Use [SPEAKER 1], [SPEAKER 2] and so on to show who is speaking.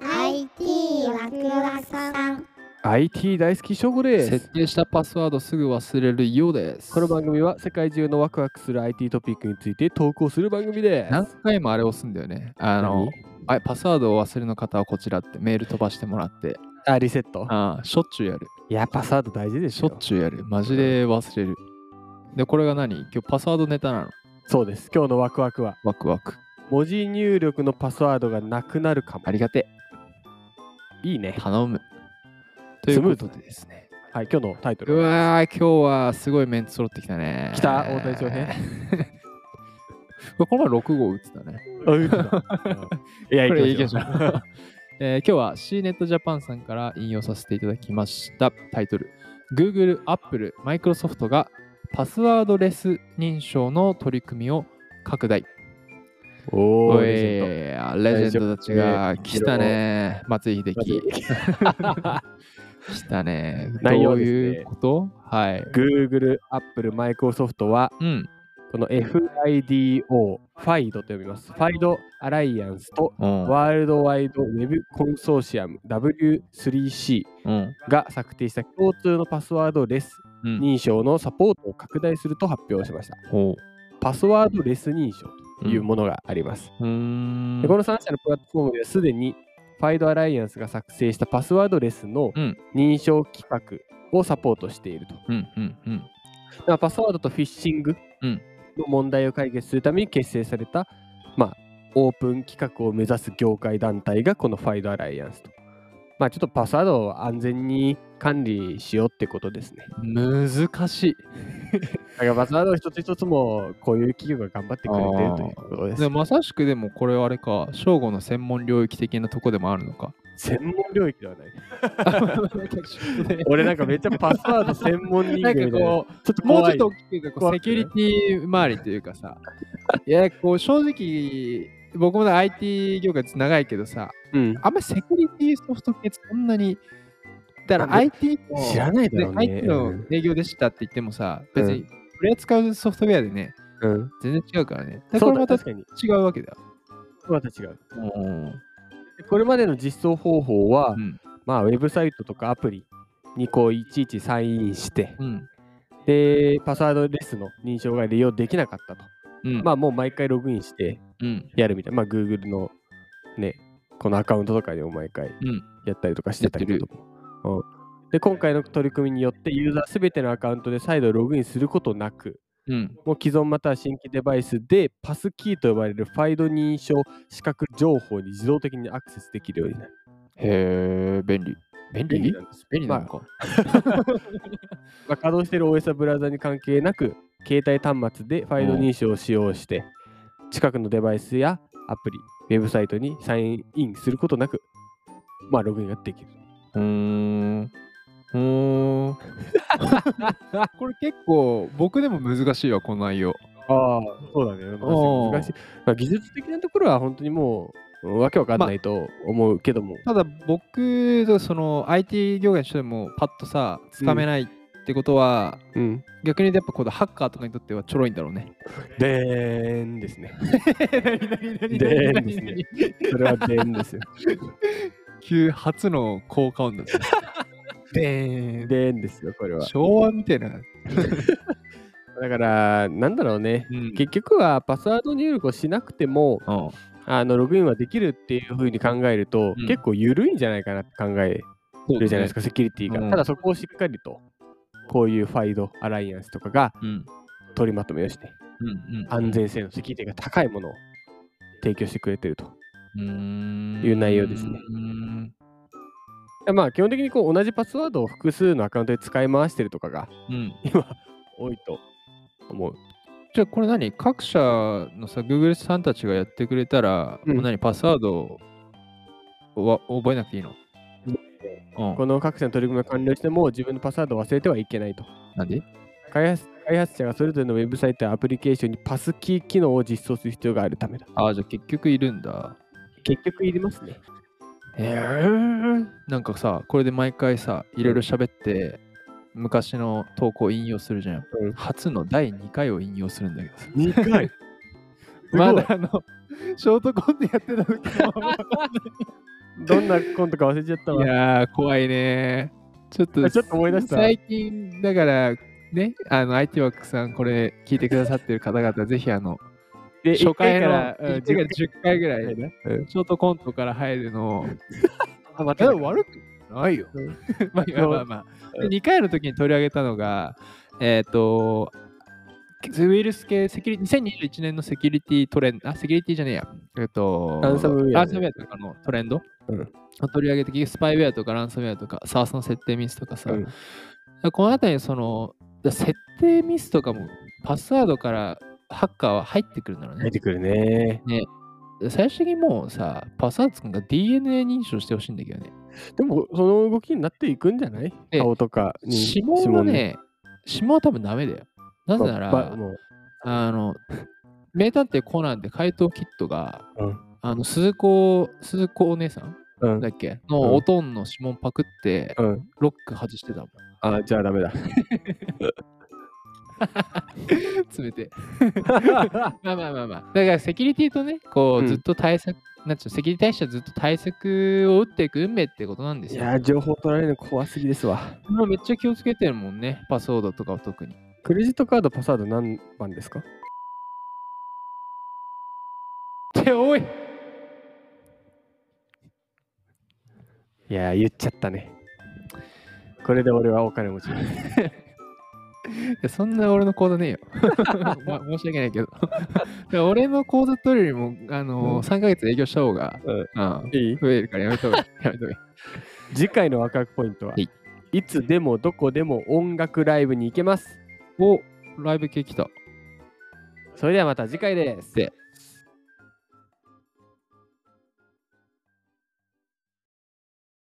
[SPEAKER 1] IT ワクワクさん
[SPEAKER 2] IT 大好きショゴで
[SPEAKER 3] 設
[SPEAKER 2] す
[SPEAKER 3] 定したパスワードすぐ忘れるようです。
[SPEAKER 2] この番組は世界中のワクワクする IT トピックについて投稿する番組です
[SPEAKER 3] 何回もあれ押すんだよね。あの、あパスワードを忘れの方はこちらってメール飛ばしてもらって。
[SPEAKER 2] あリセット
[SPEAKER 3] ああ、しょっちゅうやる。
[SPEAKER 2] いやパスワード大事で
[SPEAKER 3] し
[SPEAKER 2] し
[SPEAKER 3] ょ
[SPEAKER 2] ょ
[SPEAKER 3] っちゅうやる。マジで忘れる。で、これが何今日パスワードネタなの
[SPEAKER 2] そうです今日のワクワクは
[SPEAKER 3] ワクワク。
[SPEAKER 2] 文字入力のパスワードがなくなるかも
[SPEAKER 3] ありがて
[SPEAKER 2] いい
[SPEAKER 3] え。
[SPEAKER 2] ね
[SPEAKER 3] 頼む。とい
[SPEAKER 2] ス
[SPEAKER 3] う
[SPEAKER 2] ム
[SPEAKER 3] こ
[SPEAKER 2] ーズ
[SPEAKER 3] とでですね。
[SPEAKER 2] はい今日のタイト
[SPEAKER 3] う
[SPEAKER 2] ル
[SPEAKER 3] わー、今日はすごいメンツ揃ってきたね。
[SPEAKER 2] 来た大谷翔平。
[SPEAKER 3] この前6号打ってたね。
[SPEAKER 2] あ打ったうんいや
[SPEAKER 3] これ
[SPEAKER 2] 行
[SPEAKER 3] い
[SPEAKER 2] き
[SPEAKER 3] き
[SPEAKER 2] ま
[SPEAKER 3] ま
[SPEAKER 2] し
[SPEAKER 3] し
[SPEAKER 2] ょ
[SPEAKER 3] ょ
[SPEAKER 2] う
[SPEAKER 3] う。 えー今日は C ネットジャパンさんから引用させていただきましたタイトル Google、Apple、Microsoft がパスワードレス認証の取り組みを拡大。
[SPEAKER 2] お
[SPEAKER 3] お
[SPEAKER 2] ー
[SPEAKER 3] い
[SPEAKER 2] レジェンド
[SPEAKER 3] レジェンドたちが来たね。松井秀
[SPEAKER 2] 松
[SPEAKER 3] 喜。来たね。
[SPEAKER 2] 内
[SPEAKER 3] ど
[SPEAKER 2] 容
[SPEAKER 3] う
[SPEAKER 2] ですね
[SPEAKER 3] いうことはい。
[SPEAKER 2] Google、Apple、Microsoft は
[SPEAKER 3] うん。
[SPEAKER 2] この FIDO、ファイドと呼びます。ファイドアライアンスと
[SPEAKER 3] うん。
[SPEAKER 2] ワールドワイドウェブコンソーシアム W3C
[SPEAKER 3] うん。
[SPEAKER 2] が策定した共通のパスワードレス
[SPEAKER 3] うん
[SPEAKER 2] 認証のサポートを拡大すると発表しました。
[SPEAKER 3] ほ
[SPEAKER 2] パスワードレス認証
[SPEAKER 3] う
[SPEAKER 2] というものがあります。
[SPEAKER 3] うーん。
[SPEAKER 2] でこの3社のプラットフォームではすでにファイドアライアンスが作成したパスワードレスの
[SPEAKER 3] うん
[SPEAKER 2] 認証規格をサポートしていると。
[SPEAKER 3] うんうんうん。
[SPEAKER 2] まあパスワードとフィッシング
[SPEAKER 3] うん
[SPEAKER 2] の問題を解決するために結成された、まあ、オープン企画を目指す業界団体がこのファイドアライアンスと。まあ、ちょっとパスワードを安全に管理しようってことですね。
[SPEAKER 3] 難しい。
[SPEAKER 2] だからパスワードを一つ一つもこういう企業が頑張ってくれてるということです
[SPEAKER 3] で。まさしくでもこれはあれか、正吾の専門領域的なとこでもある のか。
[SPEAKER 2] 専門領域ではない。俺なんかめっちゃパスワード専門人
[SPEAKER 3] な
[SPEAKER 2] 間
[SPEAKER 3] んか
[SPEAKER 2] みたいな。
[SPEAKER 3] こ
[SPEAKER 2] ちょっと
[SPEAKER 3] う、もう
[SPEAKER 2] 怖
[SPEAKER 3] ちょ
[SPEAKER 2] い
[SPEAKER 3] っと大きく言うとこう
[SPEAKER 2] 怖
[SPEAKER 3] セ
[SPEAKER 2] い
[SPEAKER 3] キュリティ周りというかさ、いや、こう正直、僕もね IT 業界長いけどさ、
[SPEAKER 2] うん、
[SPEAKER 3] あんまりセキュリティソフト系そんなに、だから
[SPEAKER 2] あ
[SPEAKER 3] IT の
[SPEAKER 2] 知らないだろうね。
[SPEAKER 3] IT の営業でしたって言ってもさ、別にこれ使うソフトウェアでね、
[SPEAKER 2] うん、
[SPEAKER 3] 全然違うからね。
[SPEAKER 2] うん、
[SPEAKER 3] でこ
[SPEAKER 2] そう
[SPEAKER 3] れ
[SPEAKER 2] だ
[SPEAKER 3] また
[SPEAKER 2] 確かに。
[SPEAKER 3] 違うわけだよ。
[SPEAKER 2] また違う。
[SPEAKER 3] うん
[SPEAKER 2] これまでの実装方法は、
[SPEAKER 3] うん
[SPEAKER 2] まあ、ウェブサイトとかアプリにこういちいちサインインして、
[SPEAKER 3] うん
[SPEAKER 2] で、パスワードレスの認証が利用できなかったと。
[SPEAKER 3] うん
[SPEAKER 2] まあ、もう毎回ログインして
[SPEAKER 3] うん
[SPEAKER 2] やるみたいな。まあ、Google のね、このアカウントとかでも毎回
[SPEAKER 3] うん
[SPEAKER 2] やったりとかしてたけども。うん、で、今回の取り組みによって、ユーザーすべてのアカウントで再度ログインすることなく、
[SPEAKER 3] うん
[SPEAKER 2] もう既存または新規デバイスでパスキーと呼ばれるファイド認証資格情報に自動的にアクセスできるようになる。
[SPEAKER 3] へえ、便利。便利
[SPEAKER 2] なんです。
[SPEAKER 3] 便利
[SPEAKER 2] ま
[SPEAKER 3] な
[SPEAKER 2] あ
[SPEAKER 3] のか。
[SPEAKER 2] まあ、稼働している OS はブラウザに関係なく、携帯端末でファイド認証を使用して、近くのデバイスやアプリ、ウェブサイトにサインインすることなく、まあ、ログインができる。
[SPEAKER 3] うーん。うー ん。これ結構僕でも難しいわ、この内容。
[SPEAKER 2] ああ、そうだね。
[SPEAKER 3] おー
[SPEAKER 2] 難しい。まあ、技術的なところは本当にもう、うんわけわかんないと思うけども。
[SPEAKER 3] ただ僕とその IT 業界の人でもパッとさ、つかめないってことは、
[SPEAKER 2] うん。
[SPEAKER 3] 逆に言うとやっぱこのハッカーとかにとってはちょろいんだろう ね。
[SPEAKER 2] でーんですね。
[SPEAKER 3] で
[SPEAKER 2] でーんですね。 それはでーんですよ。
[SPEAKER 3] 急初の効果音だった。でーん
[SPEAKER 2] でーんですよ、これは。
[SPEAKER 3] 昭和みたいな。
[SPEAKER 2] だから、なんだろうね。
[SPEAKER 3] うん
[SPEAKER 2] 結局はパスワード入力をしなくても、
[SPEAKER 3] うん
[SPEAKER 2] あのログインはできるっていうふうに考えると、
[SPEAKER 3] うん
[SPEAKER 2] 結構緩いんじゃないかなって考えるじゃないですか、セキュリティが。
[SPEAKER 3] うん
[SPEAKER 2] ただそこをしっかりと、こういうファイドアライアンスとかが
[SPEAKER 3] うん。
[SPEAKER 2] 取りまとめをして、
[SPEAKER 3] うんうん
[SPEAKER 2] 安全性のセキュリティが高いものを提供してくれてると。い
[SPEAKER 3] いう
[SPEAKER 2] 内容ですね。でまあ、基本的にこう同じパスワードを複数のアカウントで使い回してるとかが
[SPEAKER 3] うん、
[SPEAKER 2] 今、多いと思う。
[SPEAKER 3] じゃあこれ何各社のさ Google さんたちがやってくれたら、
[SPEAKER 2] うん
[SPEAKER 3] もう何パスワードは覚えなくていいの、う
[SPEAKER 2] この各社の取り組みが完了しても、自分のパスワードを忘れてはいけないと。
[SPEAKER 3] ん、なんで
[SPEAKER 2] 開発開発者がそれぞれのウェブサイトやアプリケーションにパスキー機能を実装する必要があるためだ。
[SPEAKER 3] ああじゃあ結局いるんだ
[SPEAKER 2] 結局いりますね。
[SPEAKER 3] えなんかさこれで毎回さいろいろ喋って、昔の投稿を引用するじゃん、
[SPEAKER 2] うん
[SPEAKER 3] 初の第2回を引用するんだけどさ
[SPEAKER 2] 2回
[SPEAKER 3] まだあのショートコントやってた時の
[SPEAKER 2] どんなコントか忘れちゃった
[SPEAKER 3] い
[SPEAKER 2] わ。
[SPEAKER 3] やー、怖いねー。ちょっと、
[SPEAKER 2] あちょっと思い出した
[SPEAKER 3] 最近、だから、ね、あの、IT ワークさん、これ、聞いてくださってる方々、ぜひ、あの、
[SPEAKER 2] で
[SPEAKER 3] 初回から、
[SPEAKER 2] 一
[SPEAKER 3] 1回から
[SPEAKER 2] 回
[SPEAKER 3] 10回ぐらい、
[SPEAKER 2] らうん
[SPEAKER 3] ショートコントから入るのを、
[SPEAKER 2] あま
[SPEAKER 3] い
[SPEAKER 2] た
[SPEAKER 3] や悪くないよ。 まあまあまあまあ。
[SPEAKER 2] う
[SPEAKER 3] で2回の時に取り上げたのが、えっ、と、ウイルス系セキュリ、2021年のセキュリティトレンド、あ、セキュリティじゃねえや。えっ、と、
[SPEAKER 2] ランサムウェア
[SPEAKER 3] ランサムウェアとかのトレンド、
[SPEAKER 2] うん
[SPEAKER 3] を取り上げてきて、スパイウェアとかランサムウェアとか、サースの設定ミスとかさ、
[SPEAKER 2] うん
[SPEAKER 3] このあたり、その、設定ミスとかも、パスワードからハッカーは入ってくるんだろうね
[SPEAKER 2] 入っ。てくるね。
[SPEAKER 3] 最終的にもうさ、パスワード作るのが DNA 認証してほしいんだけどね。
[SPEAKER 2] でも、その動きになっていくんじゃない
[SPEAKER 3] え
[SPEAKER 2] 顔とかに。
[SPEAKER 3] 指紋はね、指紋は多分ダメだよ。な
[SPEAKER 2] 指紋
[SPEAKER 3] ぜなら、
[SPEAKER 2] ばばもう
[SPEAKER 3] あの、名探偵コナンで怪盗キットが、
[SPEAKER 2] うん
[SPEAKER 3] あの鈴子、鈴子お姉さん
[SPEAKER 2] うん
[SPEAKER 3] だっけ
[SPEAKER 2] うん
[SPEAKER 3] のおとんの指紋パクって、
[SPEAKER 2] うん。
[SPEAKER 3] ロック外してたもん。
[SPEAKER 2] あ、じゃあダメだ。
[SPEAKER 3] 冷てえ。まあまあまあまあ。だからセキュリティとね、こ
[SPEAKER 2] うん
[SPEAKER 3] う、ずっと対策、なんちゅうの、セキュリティ対策はずっと対策を打っていく運命ってことなんで
[SPEAKER 2] い
[SPEAKER 3] すよ。
[SPEAKER 2] やー、情報取られるの怖すぎですわ。
[SPEAKER 3] もうめっちゃ気をつけてるもんね、パスワードとかは特に。
[SPEAKER 2] クレジットカードパスワード何番ですか
[SPEAKER 3] って、おい
[SPEAKER 2] いやー、言っちゃったね。これで俺はお金持ちです。
[SPEAKER 3] いやそんな俺の口座 ねえよ。ま申し訳ないけど。だ から俺の口座取るよりも、あ
[SPEAKER 2] うん
[SPEAKER 3] のー、3ヶ月営業した方が、
[SPEAKER 2] うん
[SPEAKER 3] うん
[SPEAKER 2] いい
[SPEAKER 3] 増えるからやめた方がいい。やめた方がいい。
[SPEAKER 2] 次回のワクワクポイントは、
[SPEAKER 3] はい
[SPEAKER 2] い、つでもどこでも音楽ライブに行けます。
[SPEAKER 3] おライブ系来た。
[SPEAKER 2] それではまた次回です。
[SPEAKER 3] で